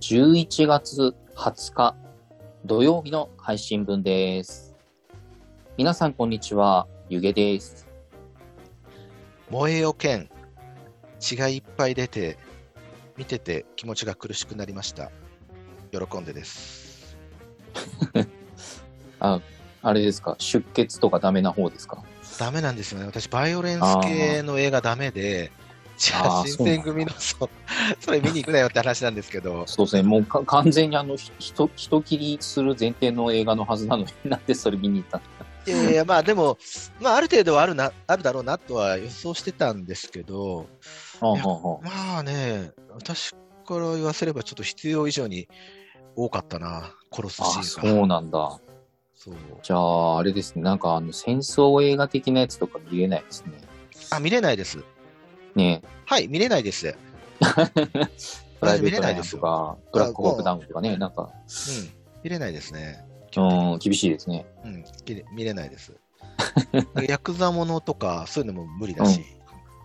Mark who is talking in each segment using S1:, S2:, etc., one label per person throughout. S1: 11月20日土曜日の配信分です。皆さんこんにちは、ゆげです。
S2: 燃えよ剣血がいっぱい出て見てて気持ちが苦しくなりました喜んでです
S1: あれですか、出血とかダメな方ですか
S2: ダメなんですよね私バイオレンス系の映画ダメでじゃ
S1: あ
S2: あ
S1: ー
S2: 新選組のそうそれ見に行くなよって話なんですけ ど
S1: そうですね、もうか完全にあの、ひ人、人切りする前提の映画のはずなのに なんでそれ見に行ったの
S2: いやいやまあでも、まあ、ある程度はあるなあるだろうなとは予想してたんですけど
S1: ああああ
S2: まあね私から言わせればちょっと必要以上に多かったな殺す
S1: あああ、
S2: シーンが
S1: そうなんだ。
S2: そう
S1: じゃあ、あれですね、なんかあの、戦争映画的なやつとか見れないですね。
S2: あ見れないです
S1: ね
S2: はい見れないです
S1: プライベー
S2: 見れ
S1: ト
S2: な
S1: ライア
S2: いで
S1: ン
S2: す
S1: と
S2: よ
S1: か、ブラックホークダウンとかね、なんか、
S2: うん、見れないですね。
S1: うん、厳しいですね。
S2: うん、きれ見れないです。 ヤクザものとか、そういうのも無理だし、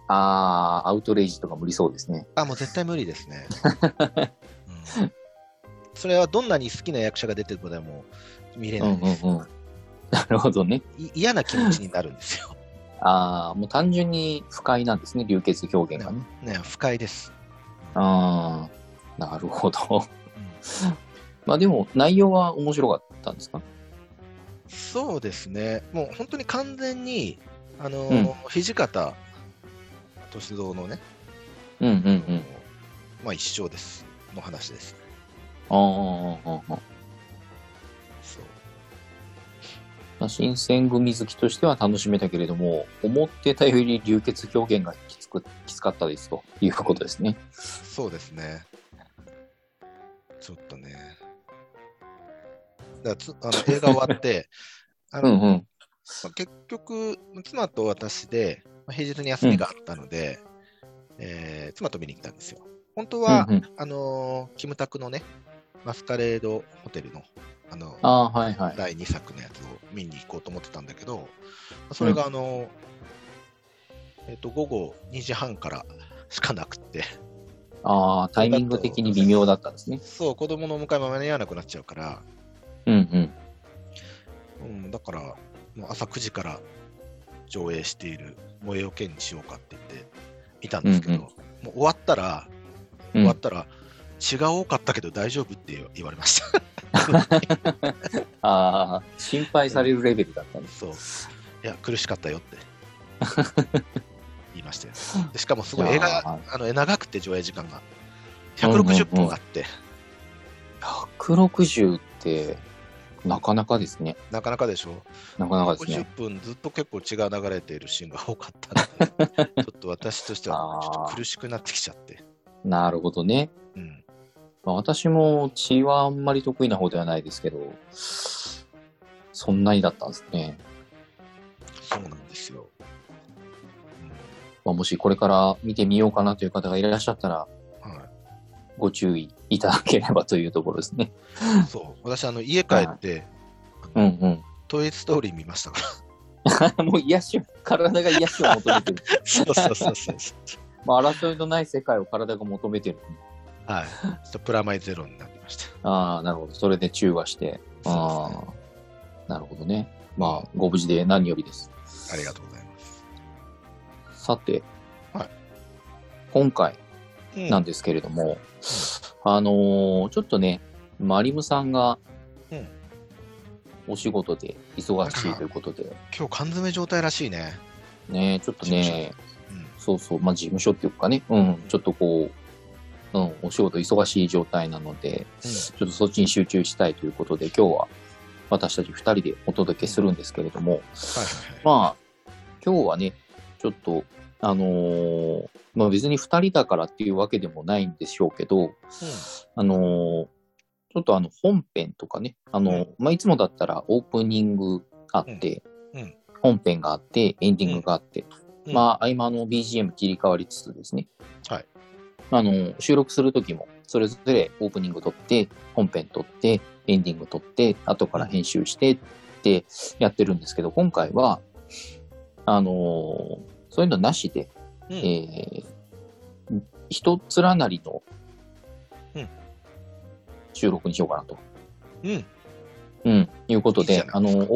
S1: ああ、アウトレイジとか無理そうですね。
S2: あ、もう絶対無理で すね。うんそれはどんなに好きな役者が出てもでも見れ
S1: う
S2: なんいです、
S1: うんうん。なるほどね。
S2: い嫌な気持ちになるんですよ。
S1: ああ、もう単純に不快なんですね、流血表現がね。
S2: ね、不快です。
S1: ああ、なるほど。
S2: うん
S1: まあでも、内容は面白かったんですか
S2: そうですね、もう本当に完全に、あの
S1: う
S2: 土方歳三のね、
S1: うんうんうん。
S2: まあ一生です、の話です。
S1: ああああ、あ
S2: そう
S1: あ。新選組好きとしては楽しめたけれども、思ってたより流血表現がきつく、きつかったですということですね。
S2: そうですね。ちょっとね。だからつあ の映画終わって、あ
S1: う
S2: の
S1: んうん。
S2: まあ結局、妻と私で、まあ平日に休みがあったので、えー妻と見に行ったんですよ。本当は、
S1: うんうん、
S2: あのーキムタクのね、マスカレードホテルの、あの
S1: ああー、はいはい。
S2: 第2作のやつを見に行こうと思ってたんだけど、それがあの、えっと、午後2時半からしかなくって、
S1: ああ、タイミング的に微妙だったんですね。
S2: そう、子供の迎えも間に合わなくなっちゃうから、
S1: うんうん。
S2: うん、だから、もう朝9時から上映している燃えよ剣にしようかって言って見たんですけど、
S1: うんうん
S2: もう終わったら、
S1: うん
S2: 終わったら、血が多かったけど大丈夫って言われました。
S1: ああ、心配されるレベルだったんです。
S2: そう。いや、苦しかった よって。言いましたよ。でしかもすごい映
S1: いや
S2: 画、
S1: ー
S2: あの、長くて上映時間
S1: う
S2: が。
S1: んうんうん
S2: 160分あって、
S1: 160って、なかなかですね。
S2: なかなかでしょ
S1: なかなかですね。
S2: 50分ずっと結構血が流れているシーンが多かったの で、ちょっと私としてはちょっと苦しくなってきちゃって。
S1: なるほどね。
S2: うん、
S1: まあ、私も血はあんまり得意な方ではないですけど、そんなにだったんですね。
S2: そうなんですよ。
S1: まあ、もしこれから見てみようかなという方がいらっしゃったら、
S2: うんは
S1: ご注意いただければというところですね。
S2: い、そう私あの、家帰って、
S1: うんうん。
S2: トイレストーリー見ましたか ら。
S1: もう癒しを、体が癒しを求めてる。
S2: そうそうそうそう。
S1: まあ、争いのない世界を体が求めてる。
S2: はい。ちょっとプラマイゼロになりました。
S1: ああ、なるほど。それで中和して。あ
S2: そう
S1: あ、なるほどね。まあ、ご無事で何よりです。
S2: ありがとうございます。
S1: さて、
S2: はい
S1: 今回
S2: うん
S1: なんですけれども、あのーちょっとね、マリムさんが
S2: うん、
S1: お仕事で忙しいということで、
S2: 今日缶詰状態らしいね。
S1: ね、ちょっと
S2: 事務
S1: ね、
S2: うん、
S1: そうそう、まあ事務所っていうかね、うん、ちょっとこう、うん、お仕事忙しい状態なので、ちょっとそっちに集中したいということで、今日は私たち2人でお届けするんですけれども、
S2: はいはいは い。
S1: まあ、今日はね、ちょっと、あのーまあ別に2人だからっていうわけでもないんでしょうけど、あのーちょっとあの本編とかね、あのーまあいつもだったらオープニングあって、
S2: うんうん
S1: 本編があって、エンディングがあって、
S2: うん
S1: まあ、合間の BGM 切り替わりつつですね、
S2: はい
S1: あの収録する時もそれぞれオープニング撮って本編撮ってエンディング撮って後から編集してってやってるんですけど今回はあのーそういうのなしで、
S2: うん
S1: えー一つらなりの
S2: うん
S1: 収録にしようかなと、
S2: うん。
S1: うん、いうこと
S2: いい
S1: で
S2: じゃ
S1: あ
S2: な
S1: の
S2: いですか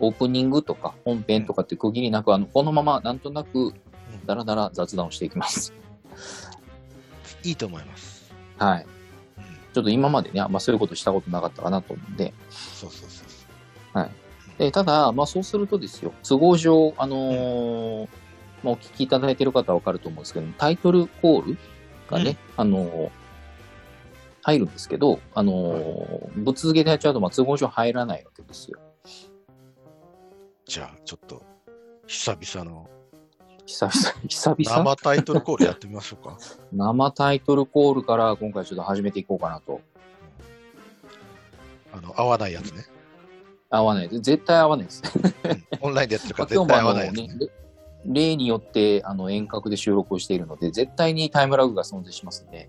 S1: おオープニングとか本編とかって区切りなくあのこのままなんとなくだらだら雑談をしていきます。
S2: いいと思います。
S1: はい。
S2: うん。
S1: ちょっと今までね、あんまそういうことしたことなかったかなと思うんで。
S2: そうそうそうそ
S1: でただ、まあそうするとですよ、都合上、あのーまあお聞きいただいてる方はわかると思うんですけど、タイトルコールがね、あのー入るんですけど、あのーぶっ続けでやっちゃうと、まあ都合上入らないわけですよ。
S2: う。じゃあ、ちょっと、久々の
S1: 久々、久々
S2: 生タイトルコールやってみましょうか。
S1: 生タイトルコールから今回ちょっと始めていこうかなと。
S2: あの、合わないやつね。
S1: 合わないです。絶対合わないです。
S2: うんオンラインでやってるか
S1: まあ今日も
S2: ら絶対
S1: あ
S2: 合
S1: の
S2: わないやつね
S1: ね。、例によってあの遠隔で収録をしているので、絶対にタイムラグが存在しますので、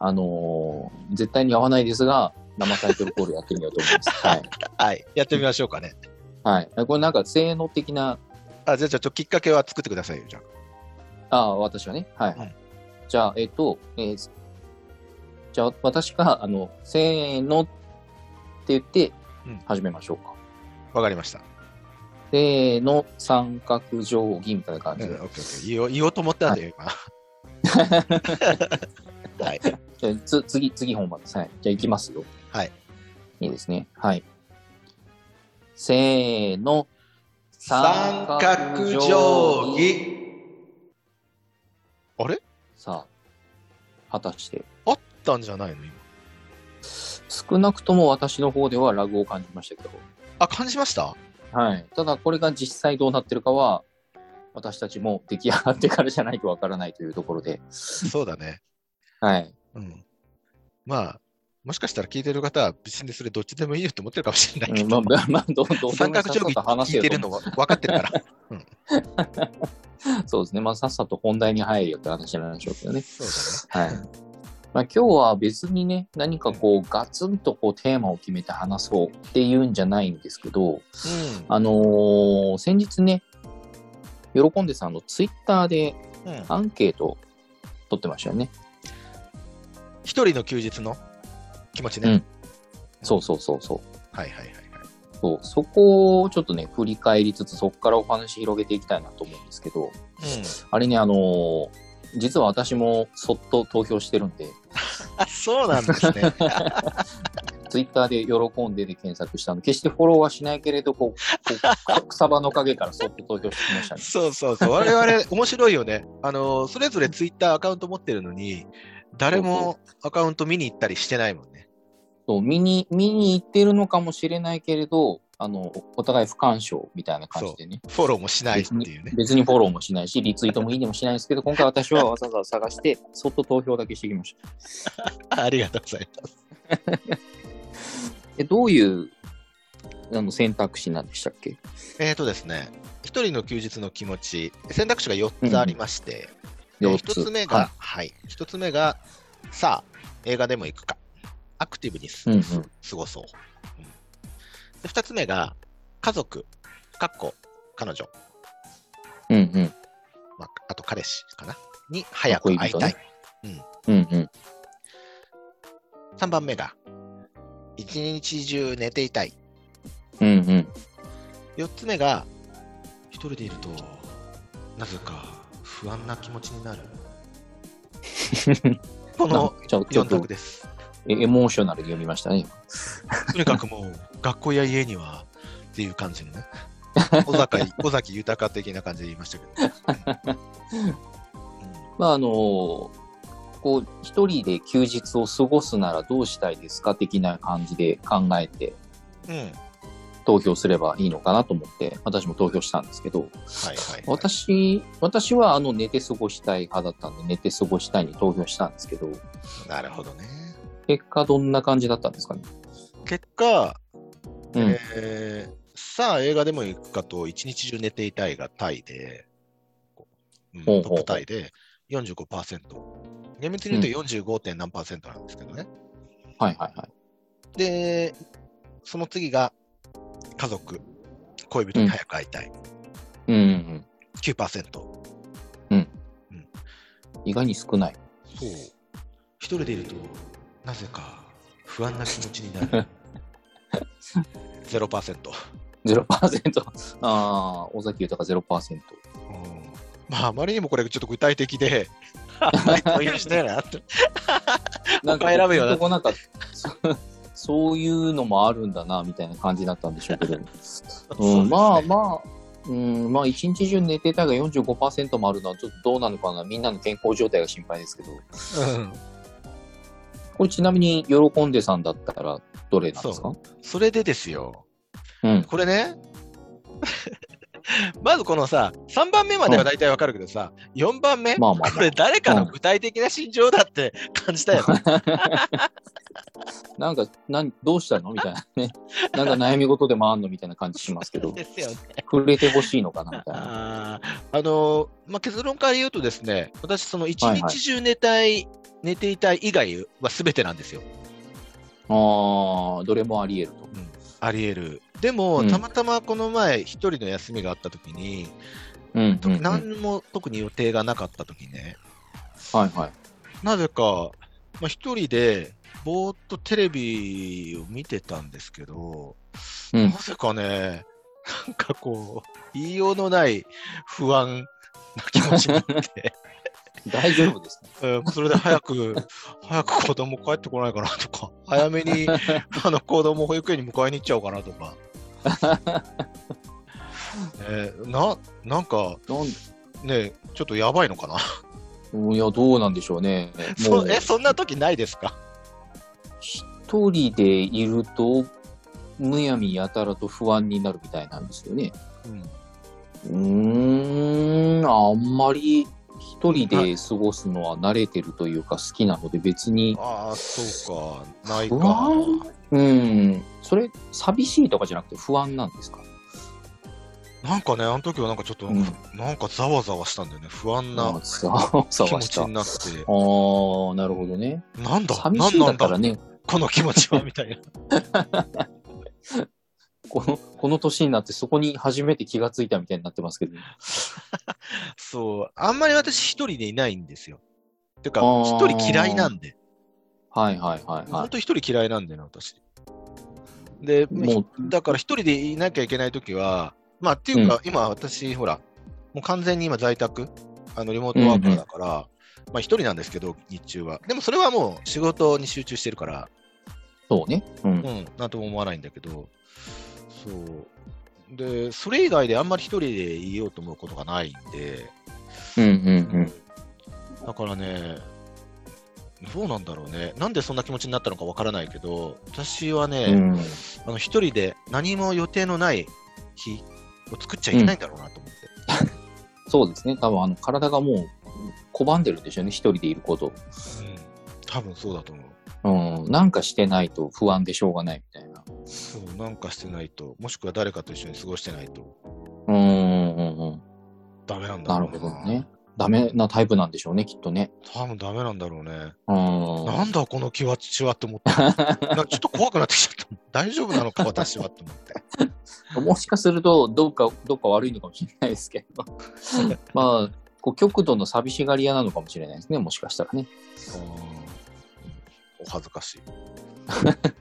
S1: あのー絶対に合わないですが、生タイトルコールやってみようと思い ます。はい。
S2: はい。はいやってみましょうかね。
S1: はい。これなんか性能的な、
S2: あ、じゃあ、ちょっときっかけは作ってくださいよ、じゃあ。
S1: あー私はね、はい、
S2: うん
S1: じゃあ、えっ、と、えーじゃあ私が、あの、せーのって言って
S2: うん
S1: 始めましょうか。
S2: わかりました。
S1: せーの、三角定規みたいな感
S2: うん、
S1: じ
S2: オッ
S1: で
S2: ケーオッケー。言おう言おうと思ったんだよ、今。 はい。
S1: えつ次、次本番です。はい。じゃあ、行きますよ。
S2: はい。
S1: いいですね。はい。せーの。
S2: 三角定規。
S1: さあ、果たして、
S2: あったんじゃないの今。
S1: 少なくとも私の方ではラグを感じましたけど、
S2: あ、感じました
S1: はい。ただ、これが実際どうなってるかは、私たちも出来上がってからじゃないとわからないというところで、
S2: そうだね。
S1: はい。
S2: うん。まあ、もしかしたら聞いてる方は別にそれどっちでもいいよって思ってるかもしれないけ
S1: うん
S2: ど、
S1: まあ、まあまあ、どうどうでも
S2: 三角定
S1: さっ
S2: 規
S1: さと話せ
S2: 聞
S1: よ
S2: いて
S1: と
S2: るのは分かってるから。
S1: そうですね。まあ、さっさと本題に入るよって話なんでしょうけどね。
S2: そうだね。
S1: はい。まあ、今日は別にね、何かこう、ガツンとこう、テーマを決めて話そうっていうんじゃないんですけど、あのー先日ね、喜んでさんのツイッターで
S2: うん。うん
S1: アンケートを取ってましたよね。
S2: 一人の休日の気持ちね。
S1: うんそうそうそうそう。
S2: はいはいはいはい。
S1: そうそこをちょっとね、振り返りつつ、そこからお話広げていきたいなと思うんですけど、
S2: うん、
S1: あれね、あのー実は私もそっと投票してるんで、
S2: あ、そうなんですね。
S1: ツイッターで喜んでで検索したの、決してフォローはしないけれど、こう、こ う草場の陰からそっと投票してきましたね。
S2: そうそうそう。我々、面白いよね。あの、それぞれツイッターアカウント持ってるのに、誰もアカウント見に行ったりしてないもんね。
S1: そう見に、見に行ってるのかもしれないけれど、あの、お互い不干渉みたいな感じでね。
S2: フォローもしないっていうね。
S1: 別にフォローもしないし、リツイートもいいねもしないんですけど、今回私はわざわざ探して、そっと投票だけしてきました。
S2: ありがとうございます。
S1: え、どういう、あの、選択肢なんでしたっけ
S2: えーとですね、一人の休日の気持ち、選択肢が4つありまして、で
S1: 四
S2: 1つ目
S1: は
S2: が、はい、一つ目が、さあ、映画でも行くか。アクティブにす、
S1: うんうん
S2: 過ごそう。うんで2つ目が、家族、かっこ、彼女、
S1: い。うんうん。
S2: まあ、あと彼氏かな、に早く会いた
S1: 恋
S2: い。
S1: 人うんうん。
S2: 3番目が、一日中寝ていたい。
S1: うんうん。
S2: 4つ目が、一人でいると、なぜか不安な気持ちに なる。この
S1: なんかちょちょ
S2: 4
S1: っと
S2: 択です。
S1: えエモーショナルに読みましたね。
S2: とにかくもう、学校や家にはっていう感じのね、尾崎尾崎豊的な感じで言いましたけど。
S1: まああのこう一人で休日を過ごすならどうしたいですか的な感じで考えて
S2: うん、うんはい
S1: 投票すればいいのかなと思って私も投票したんですけど
S2: はい。
S1: 私私はあの寝て過ごしたい派だったんで寝て過ごしたいに投票したんですけど
S2: なるほどね。
S1: 結果どんな感じだったんですかね
S2: 結果、
S1: うん
S2: えーさあ映画でも行くかと、一日中寝ていたいがタイで、こうん
S1: ほうほう
S2: トップタイで45%。厳密に言うと 45. 点何パーセントなんですけどね。
S1: はいはいはい。
S2: で、その次が家族、恋人に早く会いたい、
S1: うんうん
S2: 9%。
S1: うん。意外に少ない。
S2: そう。一人でいると、なぜか不安な気持ちになる。0%。
S1: 0%。ああ、尾崎豊0%。
S2: うんまあ、あまりにもこれちょっと具体 的で、そういう人やなって。
S1: なんか
S2: 他選べよな
S1: ここなんか、そそういうのもあるんだな、みたいな感じだったんでしょうけど。うん、まあまあ、うん、まあ一日中寝てたが45%もあるのはちょっとどうなのかな、みんなの健康状態が心配ですけど、
S2: うん
S1: これちなみに喜んでさんだったらどれなんですか
S2: それでですよ、
S1: うん、
S2: これね、 まずこのさ、3番目までは大体わかるけどさ、4番目、
S1: まあまあ
S2: これ誰かの具体的な心情だって感じた よね。
S1: なんか、なんどうしたのみたいなね。 なんか悩み事でもあんのみたいな感じしますけ ど、
S2: ですよね。
S1: 触れてほしいのかなみたいな。
S2: あーあのまあ、結論から言うとですね、私、その一
S1: はいはい
S2: 日中寝たい、寝ていたい以外はすべてなんですよ。
S1: ああ、どれもあり得ると。
S2: あり得る。でも、
S1: うん
S2: たまたまこの前、一人の休みがあったときに、
S1: うん、うん、うん。は
S2: 何も特に予定がなかったときね、
S1: いはい。
S2: なぜか、まあ、一人で、ぼーっとテレビを見てたんですけど、
S1: うん
S2: なぜかね、なんかこう、言いようのない不安な気持ちになって。
S1: 大丈夫ですね。
S2: えーそれで早く、早く子供帰ってこないかなとか、早めにあの子供保育園に迎えに行っちゃおうかなとか。えーな、なんか
S1: なん
S2: ね、ちょっとやばいのかな。
S1: いや、どうなんでしょうね。も
S2: そうえ、、そんな時ないですか
S1: 一人でいると、むやみやたらと不安になるみたいなんですよね。
S2: うん。
S1: うーん、あんまり一人で過ごすのは慣れてるというか好きなので別に、
S2: ああ、そうか、ないか
S1: う。わうん、それ寂しいとかじゃなくて不安なんですか
S2: なんかね、あの時はなんかちょっと、
S1: うん
S2: なんかざわざわしたんだよね。不安
S1: あ
S2: な
S1: ーざわざ
S2: 気持
S1: わし
S2: ち
S1: た。あ
S2: になって、
S1: あー、なるほどね。
S2: なんだ、
S1: 寂
S2: な
S1: し
S2: ん
S1: い
S2: な
S1: だ
S2: ん
S1: から
S2: だ、
S1: ね、
S2: この気持ちは、みたいな。
S1: この、この年になってそこに初めて気がついたみたいになってますけど。
S2: そう、あんまり私一人でいないんですよ。てか
S1: あ、ー
S2: 一人嫌いなんで。
S1: はいはいはいは
S2: 本
S1: い。
S2: 当一人嫌いなんでね、私。で、
S1: もう、
S2: だから一人でいなきゃいけないときは、まあっていうか、今私、ほら、もう完全に今在宅、あのリモートワーカーだから、まあ一人なんですけど、日中は。でもそれはもう仕事に集中してるから、
S1: そうね。うん
S2: うん、なんとも思わないんだけど、そう。で、それ以外であんまり一人でいようと思うことがないんで、
S1: うんうん
S2: だからね、どうなんだろうね、なんでそんな気持ちになったのかわからないけど、私はね、
S1: うん。うん、
S2: あの一人で何も予定のない日を作っちゃいけないんだろうなと思って。
S1: そうですね。多分あの体がもう拒んでるんでしょうね。一人でいることを。
S2: うん多分そうだと思う。
S1: うん。なんかしてないと不安でしょうがないみたいな。
S2: そう、なんかしてないと、もしくは誰かと一緒に過ごしてないと、
S1: うんうんうんうん。
S2: ダメなんだ
S1: な
S2: ろ
S1: る
S2: う
S1: ほどね。。ダメなタイプなんでしょうね、きっとね。
S2: 多分ダメなんだろうね。
S1: うん。
S2: なんだこの気はちはって思った。なんかちょっと怖くなってきちゃった。大丈夫なのか私はって思って。
S1: もしかすると、どっか、どっか悪いのかもしれないですけど。 まあ、こう極度の寂しがり屋なのかもしれないですね、もしかしたらね。
S2: お恥ずかし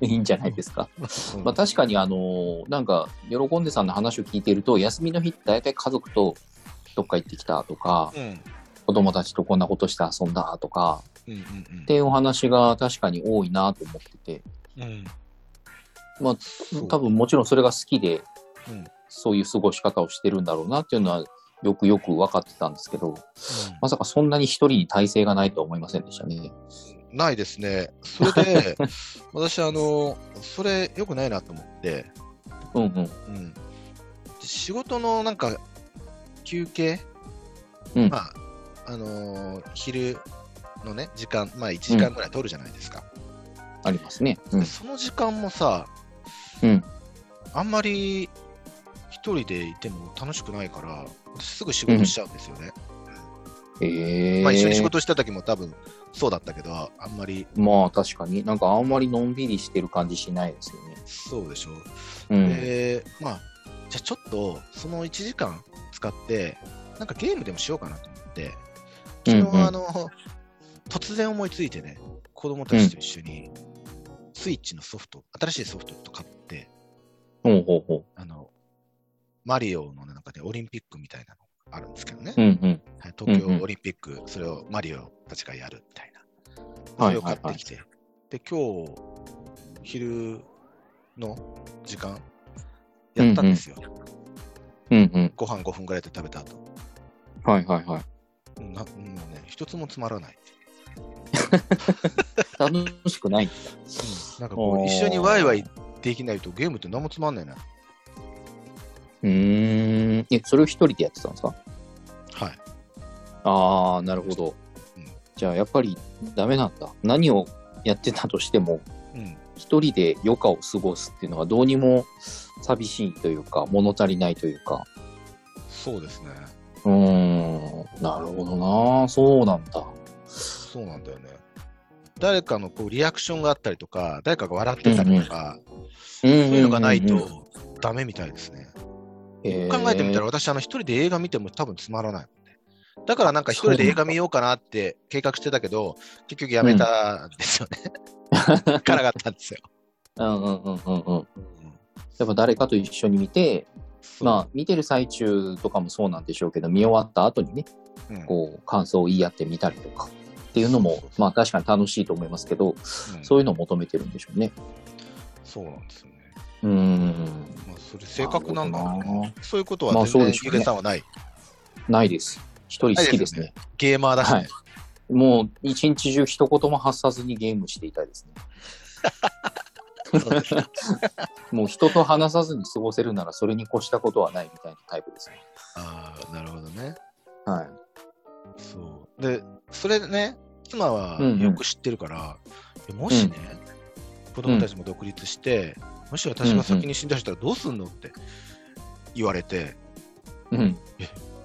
S2: い。
S1: いいんじゃないですか。
S2: うん
S1: まあ確かにあのーなんか喜んでさんの話を聞いてると休みの日って大体家族とどっか行ってきたとか
S2: うん。
S1: 子供たちとこんなことして遊んだとか
S2: うんうんうん
S1: っていうお話が確かに多いなと思ってて
S2: うん
S1: まあ
S2: そう
S1: 多分もちろんそれが好きで
S2: うん
S1: そういう過ごし方をしてるんだろうなっていうのはよくよく分かってたんですけどまさかそんなに一人に耐性がないとは思いませんでしたね。
S2: ないですね。それ で、私、あの、それ良くないなと思って、
S1: うんうん
S2: うん、仕事のなんか、休憩、
S1: うん
S2: まあ、あのー昼のね、時間、まあ1時間ぐらい取るじゃないですか。
S1: ありますね。うん
S2: でその時間もさ、
S1: うん
S2: あんまり一人でいても楽しくないから、私すぐ仕事しちゃうんですよね。
S1: ええ
S2: まあ、一緒に仕事してた時も多分そうだったけど、あんまり
S1: まあ確かになんかあんまりのんびりしてる感じしないですよね。
S2: そうでしょう。
S1: うん。
S2: で、まあ、じゃあちょっと、その1時間使って、なんかゲームでもしようかなと思って、昨日、
S1: うんうん
S2: あの、突然思いついてね、子供たちと一緒に、スイッチのソフト、新しいソフトと買って、
S1: ほうほうほ
S2: あの、マリオの中でオリンピックみたいなのあるんですけどね、
S1: う。うんうん。
S2: はい
S1: う
S2: 東
S1: んう
S2: 京
S1: ん
S2: オリンピック、それをマリオたちがやるみたいな。そ
S1: はい
S2: れを買ってきて、で、今日、昼の時間、やったんですよ。
S1: うんうん。
S2: ご飯5分ぐらいで食べた後。
S1: はいはいはい。
S2: うんなもうね、一つもつまらない。
S1: 楽しくない。
S2: なんかこ
S1: お
S2: う、
S1: ー
S2: 一緒にワイワイできないとゲームって何もつまんないな。
S1: うーん。え、それを一人でやってたんですか
S2: はい。
S1: ああ、なるほど
S2: うん。
S1: じゃあやっぱりダメなんだ。何をやってたとしても、
S2: うん。
S1: 一人で余暇を過ごすっていうのがどうにも寂しいというか、物足りないというか。
S2: そうですね。
S1: うーん。なるほどな。そうなんだ。
S2: そうなんだよね。誰かのこうリアクションがあったりとか、誰かが笑ってたりとか、
S1: そう
S2: そういうのがないとダメみたいですね。考えてみたら、私、あの、一人で映画見ても多分つまらないもんね。だからなんか一人で映画見ようかなって計画してたけど、結局やめたんですよね。行 かなかったんですよ。
S1: うんうんうんうんうん。やっぱ誰かと一緒に見て、
S2: そう
S1: まあ、見てる最中とかもそうなんでしょうけど、見終わった後にね、
S2: うん
S1: こう、感想を言い合ってみたりとかっていうの
S2: そう
S1: も
S2: そう、
S1: まあ確かに楽しいと思いますけど、
S2: うん
S1: そういうのを求めてるんでしょうね。
S2: そうなんですよね。
S1: うーん、
S2: まあ、それ正確なんだろ
S1: なる
S2: う
S1: ほど
S2: な
S1: な。
S2: そういうこと
S1: ま
S2: は
S1: あそうで
S2: 全然
S1: しょ
S2: ゆ
S1: うね
S2: げさんはない。
S1: ないです。一人好きですね。
S2: ゲーマーだし、ね
S1: はい。もう一日中一言も発さずにゲームしていたいですね。
S2: そうですね
S1: もう人と話さずに過ごせるならそれに越したことはないみたいなタイプですね。
S2: ああ、なるほどね。
S1: はい。
S2: そう。で、それね、妻は
S1: うんうん
S2: よく知ってるから、いやもしね、子供たちも独立して、もし私が先に死んだりしたらどうすんのって言われて、
S1: うん。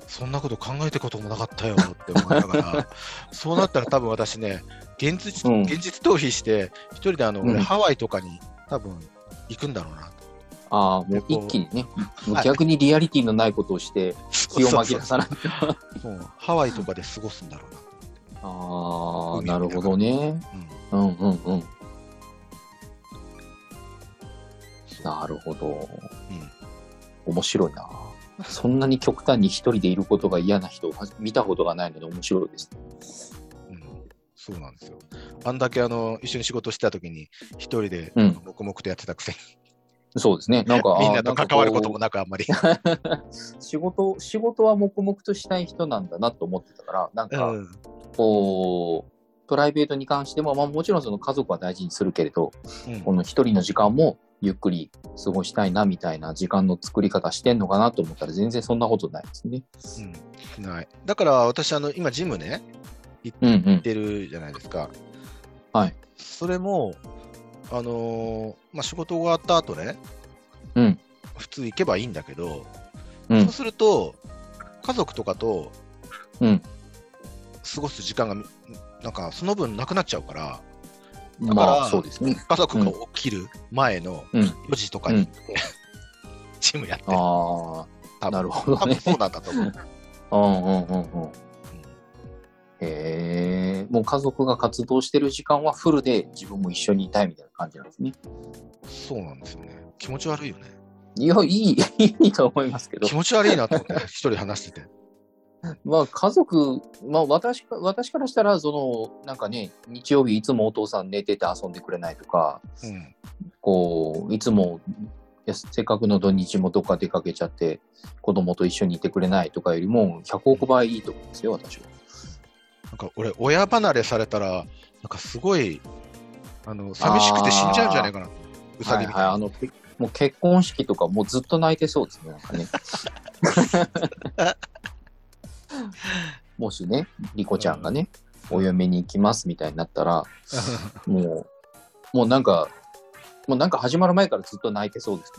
S2: そんなこと考えたこともなかったよって思いなが ら、そうなったら多分私ね、現実,、
S1: うん
S2: 現実逃避して、一人であの、
S1: うん
S2: 俺ハワイとかに多分行くんだろうなと。
S1: ああ、もう一気にね、もう逆にリアリティのないことをして気を紛らわさない。
S2: そうハワイとかで過ごすんだろうな。
S1: ああ、
S2: 海
S1: なるほどね。
S2: うん、
S1: うんうんうん。
S2: そう
S1: なるほど。
S2: うん
S1: 面白いな。そんなに極端に一人でいることが嫌な人を見たことがないので面白いです。
S2: うん、そうなんですよ。あんだけあの一緒に仕事してた時に、一人で
S1: うん
S2: 黙々とやってたくせに、
S1: そうですね。なんか、
S2: みんなと
S1: あー
S2: 関わることもなく、あんまり。う
S1: 仕事、仕事は黙々としたい人なんだなと思ってたから、なんか、
S2: ん、
S1: こう、プライベートに関しても、まあもちろんその家族は大事にするけれど、
S2: うん
S1: この一人の時間もゆっくり過ごしたいなみたいな時間の作り方してんのかなと思ったら全然そんなことないですね。
S2: うんないだから私あの、今、ジムね、
S1: うんう
S2: 行っ
S1: ん。
S2: てるじゃないですか。
S1: はい。
S2: それも、あのーまあ、仕事終わった後ね、
S1: うん
S2: 普通行けばいいんだけど、
S1: う。
S2: そうんすると、家族とかと
S1: うん。
S2: 過ごす時間が、なんかその分なくなっちゃうから、だから
S1: まあそうですね。
S2: 家族が起きる前の
S1: うん
S2: 4時とかに行って、 ジムやって
S1: あ
S2: る多分
S1: なるほどね
S2: 多分そうなんだと思う。
S1: あ、うんうんうんうん。へえ、もう家族が活動してる時間はフルで自分も一緒にいたいみたいな感じなんですね。
S2: そうなんですよね。気持ち悪いよね。
S1: いや、いい、いいと思いますけ ど
S2: 気、持ち悪いなと思って、一人話してて。
S1: まあ家族、まあ私か私からしたら、その、なんかね、日曜日いつもお父さん寝てて遊んでくれないとか、
S2: うん。
S1: こう、いつも、いやせっかくの土日もどっか出かけちゃって、子供と一緒にいてくれないとかよりも、100億倍いいと思うんですよ、私は。
S2: なんか俺、親離れされたら、なんかすごい、あの、寂しくて死んじゃうんじゃないかな。うさぎみた
S1: は
S2: い
S1: いはい、あ
S2: な。
S1: のけもう結婚式とかもうずっと泣いてそうですねなんかね もしね莉子ちゃんがね、お嫁に行きますみたいになったらもうもうなんかもうなんか始まる前からずっと泣いてそうです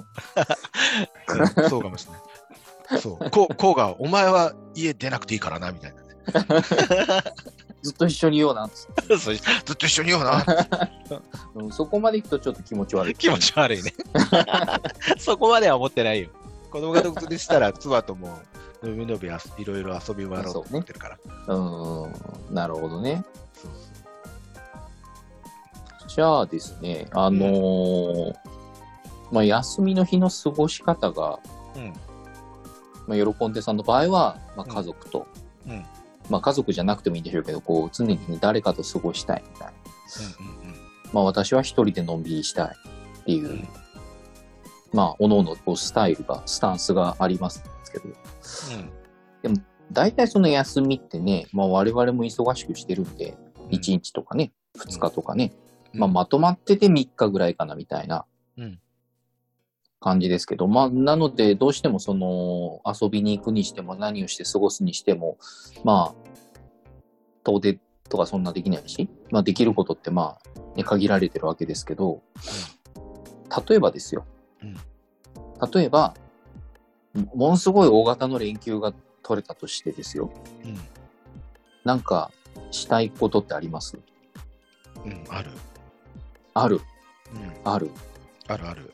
S1: もん
S2: うんそうかもしれない。そう。こう、こうが、お前は家出なくていいからな、みたいなね。
S1: ずっと一緒にいようなっつって
S2: そうずっと一緒にいような。
S1: うんそこまで行くとちょっと気持ち悪い。
S2: 気持ち悪いね。 そこまでは思ってないよ。子供が独立したら、妻ともう、のびのびあすいろいろ遊び回ろうと思ってるから。
S1: うーん、なるほどね。
S2: そう
S1: じゃあですね、あのーまあ、休みの日の過ごし方が、
S2: そううん。
S1: まあ、喜んでさんの場合は、まあ、家族と、
S2: うんうん
S1: まあ、家族じゃなくてもいいんでしょうけど、こう、常に誰かと過ごしたいみたいな。
S2: うんうんうん。
S1: まあ、私は一人でのんびりしたいっていう、
S2: うん
S1: まあ、おのおのこうスタイルが、スタンスがありますけど、大体その休みってね、まあ、我々も忙しくしてるんで、
S2: うん。
S1: 1日とかね、2日とかね、
S2: うん
S1: まあ、まとまってて3日ぐらいかなみたいな
S2: うん
S1: 感じですけど、まあ、なので、どうしてもその遊びに行くにしても、何をして過ごすにしても、まあ、遠出とかそんなできないし、まあ、できることってまあ、ね、限られてるわけですけど、例えばですよ、
S2: うん
S1: 例えば、ものすごい大型の連休が取れたとしてですよ、
S2: うん。
S1: なんかしたいことってあります
S2: うん。ある。
S1: ある、
S2: うん。
S1: ある。
S2: あるある。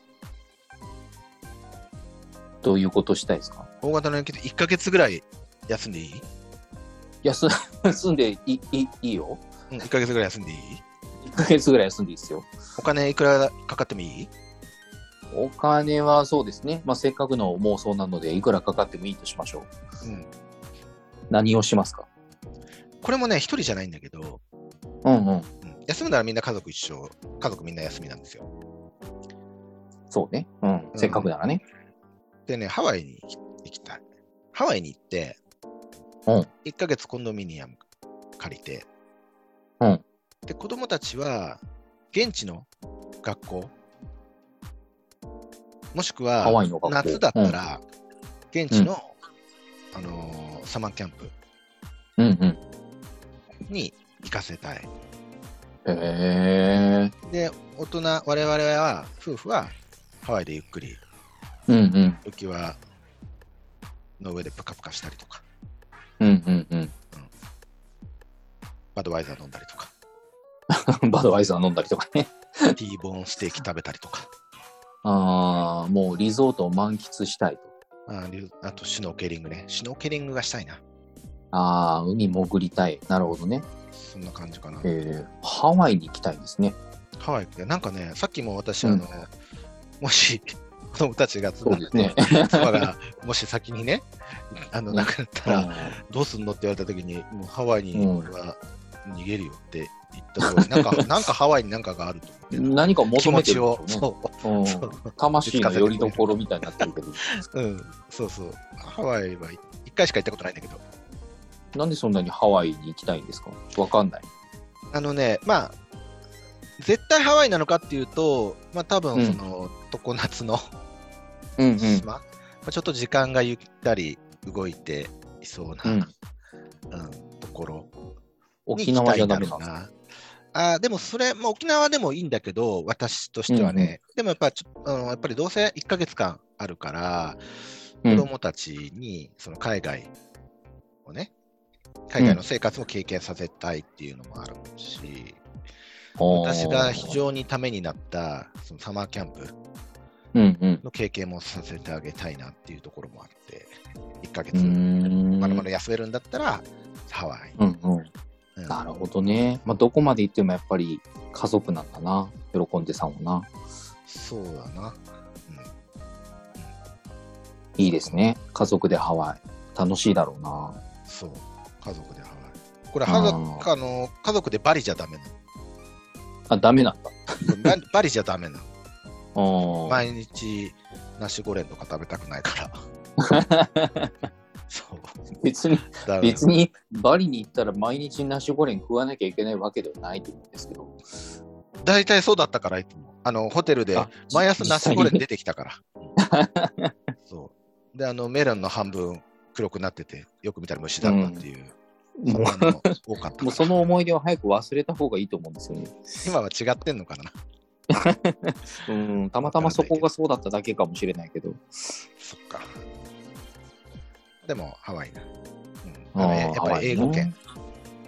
S1: どういうことしたいですか
S2: 大型の連休って1ヶ月ぐらい休んでいい
S1: 休 休んでいいいいいよ。
S2: うん、1ヶ月ぐらい休んでいい
S1: 1ヶ月ぐらい休んでいいですよ。
S2: お金いくらかかってもいい
S1: お金はそうですね。まあ、せっかくの妄想なので、いくらかかってもいいとしましょう。
S2: うん。
S1: 何をしますか
S2: これもね、一人じゃないんだけど、
S1: うんうん。
S2: うん休むならみんな家族一緒、家族みんな休みなんですよ。
S1: そうね。うん。せっかくならね。
S2: でね、ハワイに行きたい。ハワイに行って、
S1: うん
S2: 1ヶ月コンドミニアム借りて、
S1: うん
S2: で、子供たちは、現地の学校、もしく
S1: ハワ
S2: は、
S1: イの学校。
S2: 夏だったら、現地の、あのーサマーキャンプ
S1: うん。うんうん。
S2: に行かせたい。
S1: へえ。
S2: で、大人、我々は、夫婦は、ハワイでゆっくり、
S1: うんうん。
S2: 浮輪の上でぷかぷかしたりとか、
S1: うんうん
S2: バドワイザー飲んだりとか、
S1: うん。 バドワイザー飲んだりとかね。
S2: ティーボーンステーキ食べたりとか、
S1: ああ、もうリゾートを満喫したいと。
S2: あリュあとシュノーケリングね。シュノーケリングがしたいな。
S1: ああ、海潜りたい。なるほどね。
S2: そんな感じかな。
S1: えー、ハワイに行きたいんですね。
S2: ハワイって、なんかね、さっきも私、
S1: うん
S2: あの、もし、子供たちが
S1: そ
S2: 妻
S1: うですね。
S2: 妻が、もし先にね、あの、
S1: うん
S2: 亡くなったら、どうすんのって言われた時に、もうハワイに
S1: うん
S2: 俺は逃げるよって言った通り、 なんか、なんかハワイになんかがあると思って。
S1: 何か
S2: 気
S1: 求
S2: 持
S1: めて
S2: ち
S1: る
S2: を、
S1: んでしょ
S2: そう
S1: ね
S2: う、そう。
S1: うん、魂の拠り所みたいになってるけ ど、
S2: うん、そうそう。ハワイは一回しか行ったことないんだけど。
S1: なんでそんなにハワイに行きたいんですかわかんない。
S2: あのね、まあ、絶対ハワイなのかっていうと、まあ多分その、常夏の
S1: うん
S2: 島、まあちょっと時間がゆったり動いていそうな、
S1: う
S2: うんんところに
S1: 沖
S2: 行き
S1: 縄
S2: た
S1: じゃ
S2: い
S1: ダ
S2: だ
S1: メ
S2: ろ
S1: な
S2: うん
S1: ですか
S2: な。あーでもそれ、まあ、沖縄でもいいんだけど、私としてはね、でもやっぱちょあの、やっぱりどうせ1ヶ月間あるから、
S1: うん
S2: 子供たちにその海外をね、海外の生活を経験させたいっていうのもあるし、私が非常にためになったそのサマーキャンプ
S1: うんうん。
S2: の経験もさせてあげたいなっていうところもあって、1ヶ
S1: う
S2: 月、
S1: ー
S2: ま
S1: ん
S2: るまる休めるんだったら、ハワイ。
S1: うんうん、
S2: うん
S1: なるほどね。まあ、どこまで行ってもやっぱり家族なんだな。喜んでさんもな。
S2: そうだな。
S1: いいですね。家族でハワイ。楽しいだろうな。
S2: そう。家族でハワイ。これ、家族、あの、家族でバリじゃダメな
S1: あ、ダメなんだ。
S2: の。 バリバリじゃダメな
S1: あ
S2: の。
S1: ー
S2: 毎日、ナシゴレンとか食べたくな いから。そう。
S1: 別に、
S2: だめ
S1: 別にバリに行ったら毎日ナショゴレン食わなきゃいけないわけではないと思うんですけど。
S2: 大体そうだったから、いつも。あの、ホテルで
S1: あ、
S2: 毎朝ナシゴ
S1: 実
S2: レン
S1: 際に
S2: 出てきたから。そう。で、あの、メロンの半分黒くなってて、よく見たら虫だったっていう。そ
S1: も
S2: ん
S1: う
S2: なの多かったか
S1: もう
S2: ら
S1: その思い出を早く忘れた方がいいと思うんですよね。
S2: 今は違ってんのかな。
S1: うん、たまたまそこがそうだっただけかもしれないけど。
S2: そっか。でも、ハワイな。うんあのやっぱり英語圏。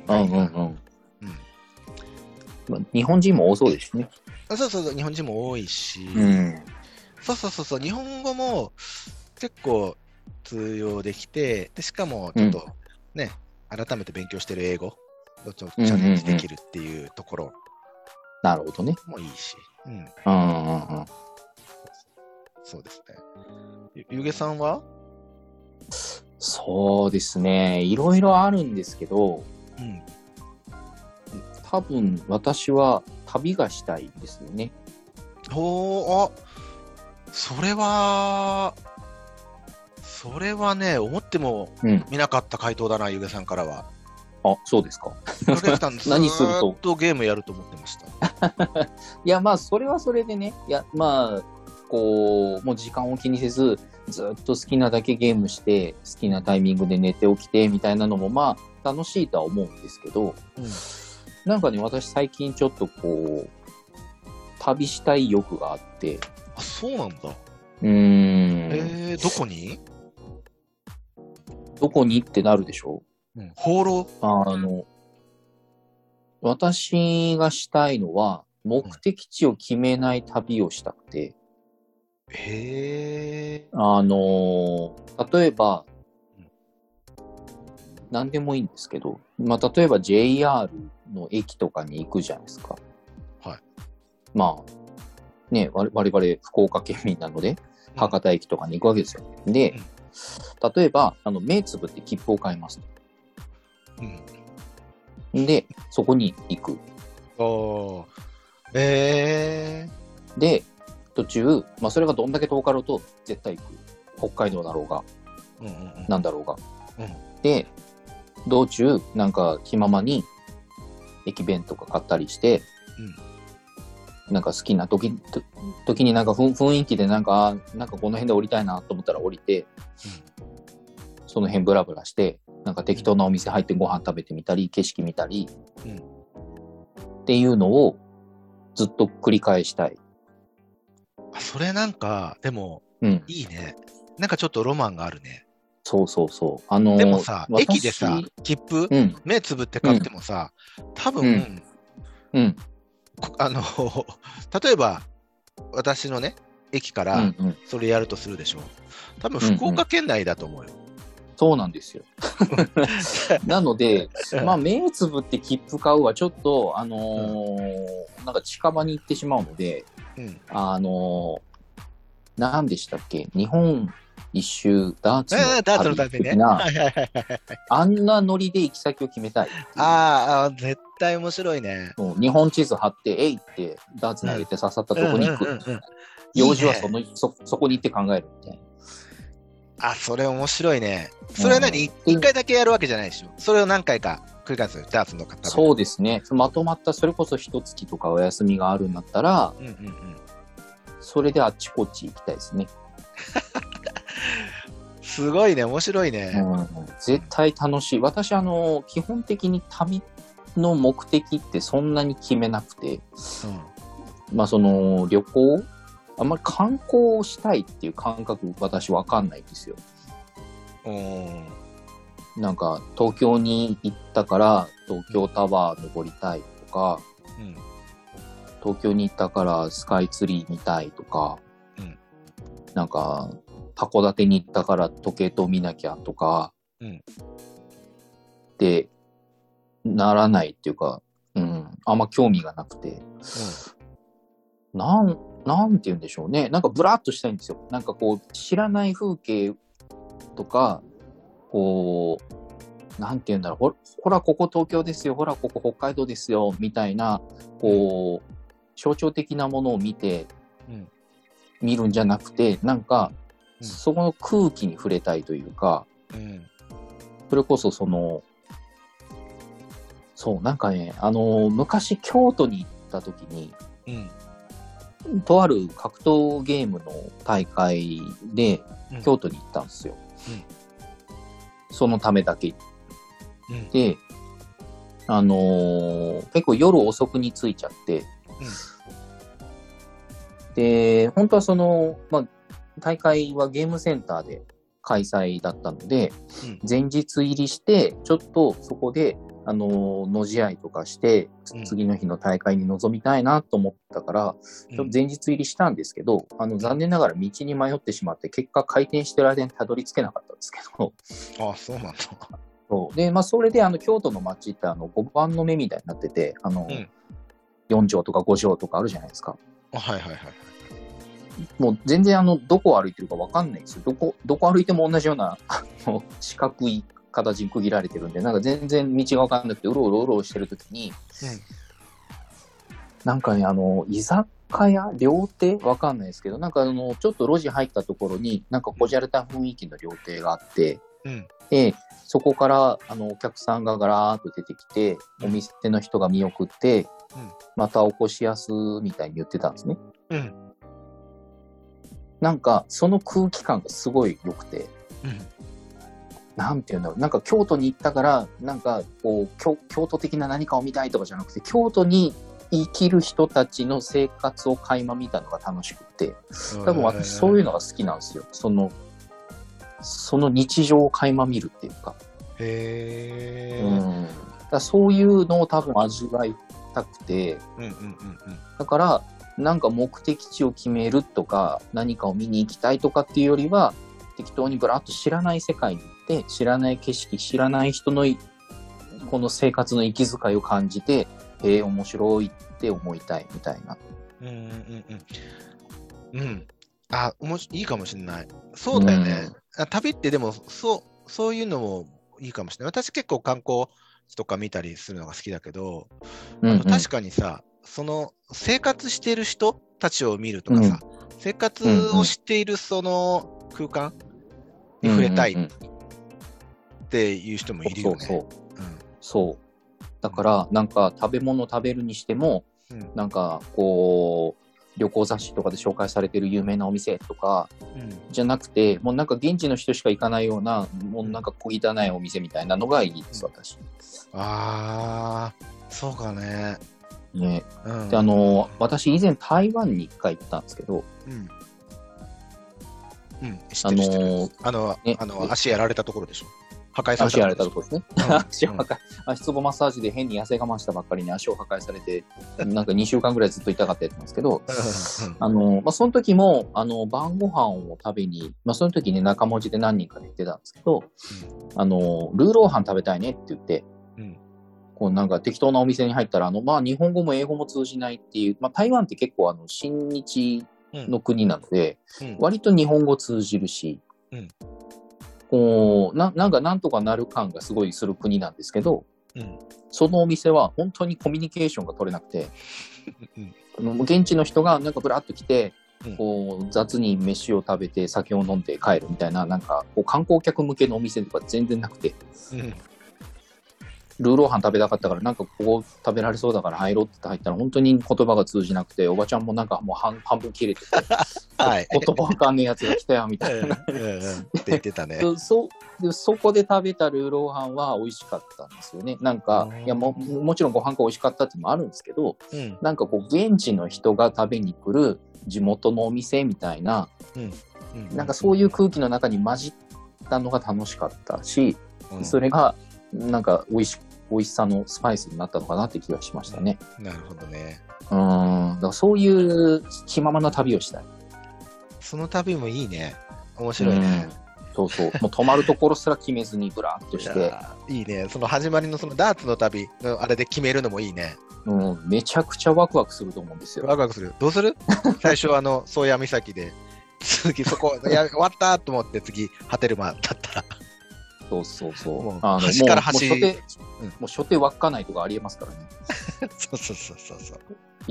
S1: うんうんうん。まあ、日本人も多そうですね。
S2: あそうそうそう、日本人も多いし、
S1: うん。
S2: そうそうそうそう、日本語も結構通用できて、でしかもちょっとね、改めて勉強してる英語をちょっとチャレンジできるっていうところ
S1: なるほどね。
S2: もいいし、うん、
S1: うんうんうん。
S2: そうですね。ゆゆげさんは、
S1: そうですね。いろいろあるんですけど、
S2: うん、
S1: 多分私は旅がしたいですよね。
S2: ほー、あそれは、それはね、思っても
S1: うん。
S2: 見なかった回答だな、ゆげさんからは。
S1: あ、そうですか。
S2: ゆげさん、ず
S1: 何すると
S2: ーっとゲームやると思ってました。
S1: いや、まあ、それはそれでね。いや、まあ、こう、もう時間を気にせず、ずっと好きなだけゲームして、好きなタイミングで寝て起きて、みたいなのも、まあ、楽しいとは思うんですけど、
S2: うん
S1: なんかね、私最近ちょっとこう、旅したい欲があって、
S2: あ、そうなんだ。
S1: うーん、
S2: えー、どこに、
S1: どこにってなるでしょ
S2: うん、放浪
S1: あの、私がしたいのは、目的地を決めない旅をしたくて、
S2: へえ。
S1: あのー例えば
S2: うん、
S1: 何でもいいんですけど、まあ、例えば JR の駅とかに行くじゃないですか。
S2: はい。
S1: まあ、ね、我我々福岡県民なので、
S2: うん
S1: 博多駅とかに行くわけですよ。で、例えば、あの、目つぶって切符を買いますと。
S2: うん。
S1: で、そこに行く。
S2: ああ。ええ。
S1: で、途中、まあ、それがどんだけ遠かろうと、絶対行く。北海道だろうが、
S2: うんうんうん。
S1: なんだろうが。
S2: うん
S1: で、道中、なんか気ままに駅弁とか買ったりして、なんか好きな時、と時になんか雰雰囲気でなんか、あーなんかこの辺で降りたいなと思ったら降りて、その辺ブラブラして、なんか適当なお店入ってご飯食べてみたり、景色見たり、
S2: うん
S1: っていうのをずっと繰り返したい。
S2: あそれなんか、でも、
S1: うん。
S2: いいね。なんかちょっとロマンがあるね。
S1: そうそうそう。あのー
S2: でもさ、
S1: 私
S2: 駅でさ、切符、
S1: うん、
S2: 目つぶって買ってもさ、多分、
S1: ううん、
S2: こ あの、例えば、私のね、駅か
S1: う
S2: ら
S1: ん、うん。
S2: それやるとするでしょ。多分、
S1: うんうん
S2: 福岡県内だと思うよ。
S1: そうなん ですよ。なので、まあ、目つぶって切符買うはちょっと、あのーなんか近場に行ってしまうので、
S2: うん。
S1: あのー、何でしたっけ日本一周ダーツ
S2: えーダーツの
S1: の
S2: 旅
S1: 旅
S2: ね。
S1: 的
S2: は
S1: な、
S2: いはいはいはい。
S1: あんなノリで行き先を決めたい。
S2: あーあー、絶対面白いね。
S1: もう日本地図貼って、えいって、ダーツ投げて刺さったとこに行
S2: うんうん
S1: く。
S2: うんうん
S1: 用事はそ
S2: いいね
S1: のそそこに行って考えるみたいな。
S2: あ、それ面白いね。それは何、
S1: うん
S2: 一回だけやるわけじゃないでしょ。それを何回か繰り返すよ。ダーツの方。
S1: そううですね。まとまった、それこそ一月とかお休みがあるんだったら、
S2: うんうんうん。
S1: それであっちこっち行きたいですね。
S2: すごいね。面白いうね。
S1: ん、絶対楽しい。私、あの、基本的に旅の目的ってそんなに決めなくて、
S2: うん
S1: まあ、その、旅行、あんまり観光をしたいっていう感覚、私わかんないんですよ。
S2: うん。
S1: なんか、東京に行ったから、東京タワー登りたいとか、
S2: うん。
S1: 東京に行ったからスカイツリー見たいとか、
S2: うん
S1: なんか函館に行ったから時計塔見なきゃとか、
S2: うん
S1: でならないっていうか、うん、あんま興味がなくて、なんなんて言うんでしょうねなんかブラっとしたいんですよなんかこう知らない風景とかこうなんて言うんだろうほほらここ東京ですよほらここ北海道ですよみたいなこう象徴的なものを見て、
S2: うん
S1: 見るんじゃなくてなんか、
S2: うん
S1: そこの空気に触れたいというか
S2: うん。
S1: それこそそのそうなんかねあの昔京都に行った時に
S2: うん。
S1: とある格闘ゲームの大会で
S2: うん
S1: 京都に行ったんですよ。
S2: うん
S1: そのためだけ行っ
S2: うん。
S1: て、あのー結構夜遅くに着いちゃって、で、本当はその、まあ、大会はゲームセンターで開催だったので、
S2: うん
S1: 前日入りして、ちょっとそこで、あのー野試合とかして
S2: うん、
S1: 次の日の大会に臨みたいなと思ったから、ちょっと前日入りしたんですけど、あの残念ながら道に迷ってしまって、結果、回転してる間にたどり着けなかったんですけど、
S2: あ、そうなんだ。
S1: そうでまあ、それであの京都の街ってあの5番の目みたいになってて、あの
S2: うん
S1: 4畳とか5畳とかあるじゃないですか。
S2: あはいはいはい。
S1: もう全然あのどこを歩いてるかわかんないんですよ。どこどこ歩いても同じような あの四角い形に区切られてるんで、なんか全然道がわかんなくて、うろうろうろうろしてるときに、
S2: うん
S1: なんかね、あの、居酒屋料亭わかんないですけど、なんかあの、ちょっと路地入ったところに、なんかこじゃれた雰囲気の料亭があって、
S2: うん
S1: で、そこからあのお客さんがガラーッと出てきて、お店の人が見送って、
S2: うん
S1: また起こしやすみたいに言ってたんですね。
S2: うん。
S1: なんか、その空気感がすごい良くて、
S2: うん。
S1: なんていうんだろう、なんか京都に行ったから、なんかこう京、京都的な何かを見たいとかじゃなくて、京都に生きる人たちの生活を垣間見たのが楽しくて、多分私そういうの
S2: の。
S1: が好きなんですよ。その、その日常を垣間見るっていうか。
S2: へえ。
S1: うん。だからそういうのを多分味わいたくて、
S2: うんうんうんうん。
S1: だから、なんか目的地を決めるとか、何かを見に行きたいとかっていうよりは、適当にぶらっと知らない世界に行って、知らない景色、知らない人のいこの生活の息遣いを感じて、へえ、面白いって思いたいみたいな。
S2: うんうんうんうん。うん。あ、おもしいいかもしれない。そうだよね。あ旅ってでも、そう、そういうのもいいかもしれない。私結構観光地とか見たりするのが好きだけど、
S1: うん、うん。
S2: 確かにさ、その生活してる人たちを見るとかさ、生活をしているその空間に触れたい
S1: うんうんうん
S2: っていう人もいる
S1: そ
S2: よ
S1: うそうそう
S2: ね。。
S1: そう。だから、なんか食べ物食べるにしても、
S2: うん
S1: なんかこう、旅行雑誌とかで紹介されてる有名なお店とか、
S2: うん
S1: じゃなくて、もうなんか現地の人しか行かないような、もうなんか小汚いお店みたいなのがいいです、私。
S2: ああ、そうかね。
S1: ね。
S2: うん。
S1: で、あの、私以前台湾に一回行ったんですけど、
S2: うん。うん、知ってる、知って
S1: あ
S2: る
S1: のー
S2: あの、
S1: ね
S2: あの、足やられたところでしょ。破壊された
S1: 足やられた
S2: と
S1: と
S2: こ
S1: こ ろですね。
S2: ろでし
S1: 足
S2: ょ。
S1: を破壊、足つぼマッサージで変に痩せ我慢したばっかりに足を破壊されて、なんか2週間ぐらいずっと痛かったやつなんですけ ど、
S2: うん
S1: あの、まあ、その時も、あの、晩ご飯を食べに、まあ、その時ね、中文字で何人かで行ってたんですけど、あの、ルーローハン食べたいねって言って、
S2: うん
S1: こうなんか適当なお店に入ったら、あの、まあ、日本語も英語も通じないっていう、まあ、台湾って結構、あの、親日
S2: うんうん
S1: の国なので、
S2: うん
S1: 割と日本語通じるし、
S2: うん
S1: こうな、なんかなんとかなる感がすごいする国なんですけど、
S2: うん
S1: そのお店は本当にコミュニケーションが取れなくて、
S2: うん
S1: あの現地の人がなんかブラッと来て、
S2: うん
S1: こう雑に飯を食べて酒を飲んで帰るみたいな、なんかこう観光客向けのお店とか全然なくて、
S2: うん
S1: ルーローハン食べたかったから、なんかここ食べられそうだから入ろうって入ったら、本当に言葉が通じなくて、おばちゃんもなんかもう半半分切れてて、
S2: はい。
S1: 言葉わかんねえやつが来たよみた い
S2: うんうん
S1: な。
S2: って言ってたね。
S1: でそうでそこで食べたルーローハンは美味しかったんですよね。なんか
S2: うん、
S1: いやももちろんご飯が美味しかったっていうのもあるんですけど、
S2: うん
S1: なんかこう、現地の人が食べに来る地元のお店みたいな、なんかそういう空気の中に混じったのが楽しかったし、
S2: うん
S1: それが、なんか美味し、美味しさのスパイスになったのかなって気がしましたね。
S2: なるほどね。
S1: うん、だからそういう気ままな旅をしたい。
S2: その旅もいいね。面白いね。
S1: うん。そうそう。もう泊まるところすら決めずにブラーっとし
S2: い
S1: て、
S2: やーいいね。その始まりのそのダーツの旅のあれで決めるのもいいね。
S1: うん、めちゃくちゃワクワクすると思うんですよ。
S2: ワクワクする。どうする最初、あの、宗谷岬で、次、そこ、いや終わったと思って、次、波照間だったら。
S1: そうそうそう。
S2: もう
S1: あの
S2: 端から端
S1: もうもう初
S2: う
S1: 手、
S2: ん
S1: もう初手湧かないとかありえますからね。
S2: そうそうそうそうそう。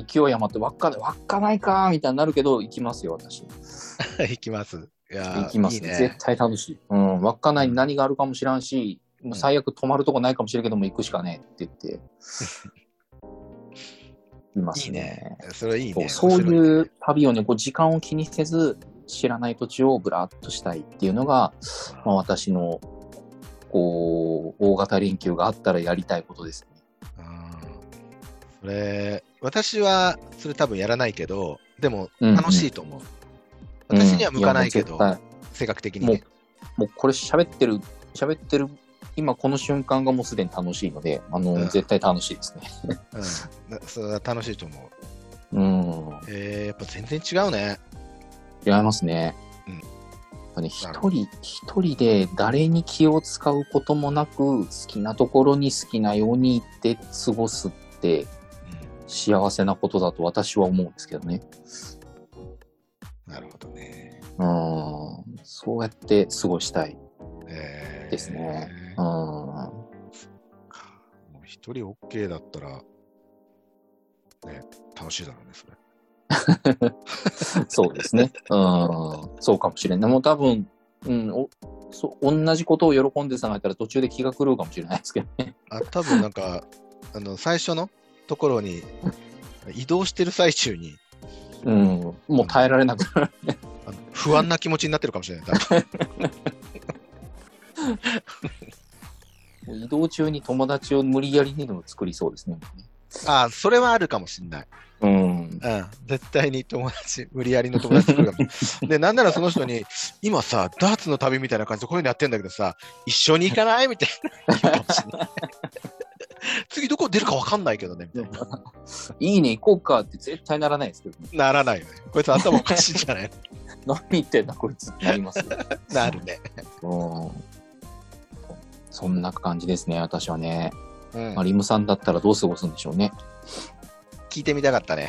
S1: 勢い余って湧かない、湧かないかーみたいになるけど、行きますよ、私。
S2: 行きます。いやー
S1: 行きます
S2: いい
S1: ね。
S2: ね
S1: 絶。対楽しい。うん、湧かないに何があるかもしらんし、もう最悪泊まるとこないかもしれんけども、行くしかねえって言 って。いますね。
S2: それいい
S1: そう
S2: ね。
S1: そう
S2: 面白
S1: いう旅をね、こう時間を気にせず、知らない土地をぶらっとしたいっていうのが、まあ、私の、こう、大型連休があったらやりたいことですね。
S2: うんそれ、私は、それ多分やらないけど、でも、
S1: うん
S2: 楽しいと思う。私には向かないけ
S1: う
S2: ど
S1: ん、やもう絶対
S2: 性格的にね。
S1: もうこれ喋ってる、喋ってる、今この瞬間がもうすでに楽しいので、あの、
S2: うん
S1: 絶対楽しいですね。
S2: うんなそれは楽しいと 思う。
S1: うん。
S2: えー、やっぱ全然違うね。
S1: 違いますね。
S2: うん
S1: やっぱね一
S2: なる
S1: 人、一人で誰に気を使うこともなく、好きなところに好きなように行って過ごすって幸せなことだと私は思うんですけどね。
S2: うん、なるほどね。
S1: うん。そうやって過ごしたい。
S2: えー、
S1: ですねうん。
S2: もう一人 OK だったら、ね、楽しいだろうね、それ。
S1: そうですね。うん。そうかもしれない。もう多分、うん、おそう同じことを喜んで探したら途中で気が狂うかもしれないですけどね。
S2: あ、多分なんか、あの、最初のところに、移動してる最中に、
S1: うん。もう耐えられなくなる。
S2: あの不安な気持ちになってるかもしれない。多分
S1: もう移動中に友達を無理やりにでも作りそうですね。
S2: あ、それはあるかもしれない。
S1: うん。
S2: うん、絶対に友達、無理やりの友達作るかもし れない。で、なんならその人に、今さ、ダーツの旅みたいな感じでこういうのやってんだけどさ、一緒に行かないみたいな。言うかもしれない次どこ出るかわかんないけどね、みたいな。
S1: いいね、行こうかって絶対ならないですけどね。
S2: ならないよね。こいつ頭おかしいんじゃない
S1: 何言ってんだ、こいつ ってなりますよ。
S2: なるね。
S1: うん。そんな感じですね、私はね。
S2: うん
S1: まあ、リムさんだったらどう過ごすんでしょうね。
S2: 聞いてみたかったね。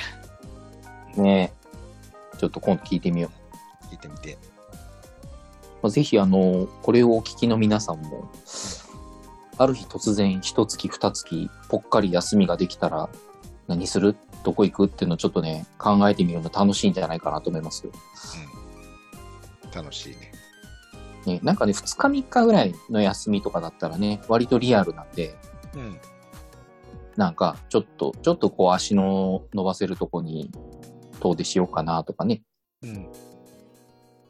S1: ねえちょっと今度聞いてみよう。
S2: 聞いてみて。
S1: まあ、ぜひ、あの、これをお聞きの皆さんも、ある日突然、一月、二月、ぽっかり休みができたら、何するどこ行くっていうのをちょっとね、考えてみるの楽しいんじゃないかなと思いますよ。
S2: 楽しいね。
S1: ね、なんかね、二日三日ぐらいの休みとかだったらね、割とリアルなんで、
S2: うん。
S1: なんか、ちょっと、ちょっとこう足の伸ばせるとこに遠出しようかなとかね、
S2: うん。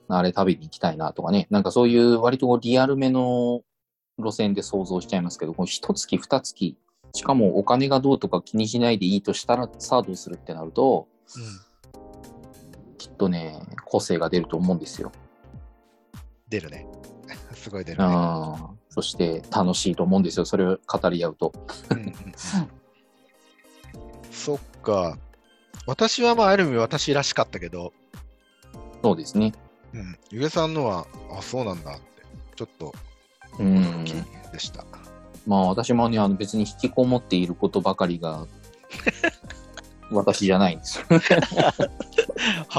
S1: あれ食べに行きたいなとかね、なんかそういう割とこうリアルめの路線で想像しちゃいますけど、この一月二月、しかもお金がどうとか気にしないでいいとしたら、さあどうするってなると、きっとね、個性が出ると思うんですよ。
S2: 出るね。 すごい出るね。
S1: うん。そして楽しいと思うんですよ。それを語り合うと。
S2: うんうんそっか。私はまあ、ある意味私らしかったけど、
S1: そうですね。
S2: うん。ゆげさんのは、あ、そうなんだって、ちょっと
S1: うん。
S2: 驚きでした。
S1: まあ私もね、あの別に引きこもっていることばかりが、私じゃないんですよ。だか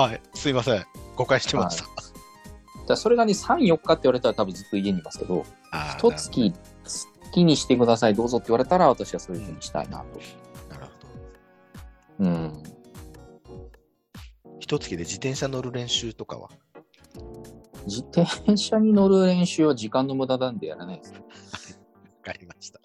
S2: はい。すいません。誤解してました。
S1: らそれがね、3、4日って言われたら多分ずっと家にいますけど、
S2: あー
S1: 一月好きにしてください、どうぞって言われたら私はそういうふうにしたいなと。
S2: なるほ
S1: う
S2: ど。
S1: ん。
S2: 一月で自転車乗る練習とかは。
S1: 自転車に乗る練習は時間の無駄なんでやらないですね。
S2: わかりました。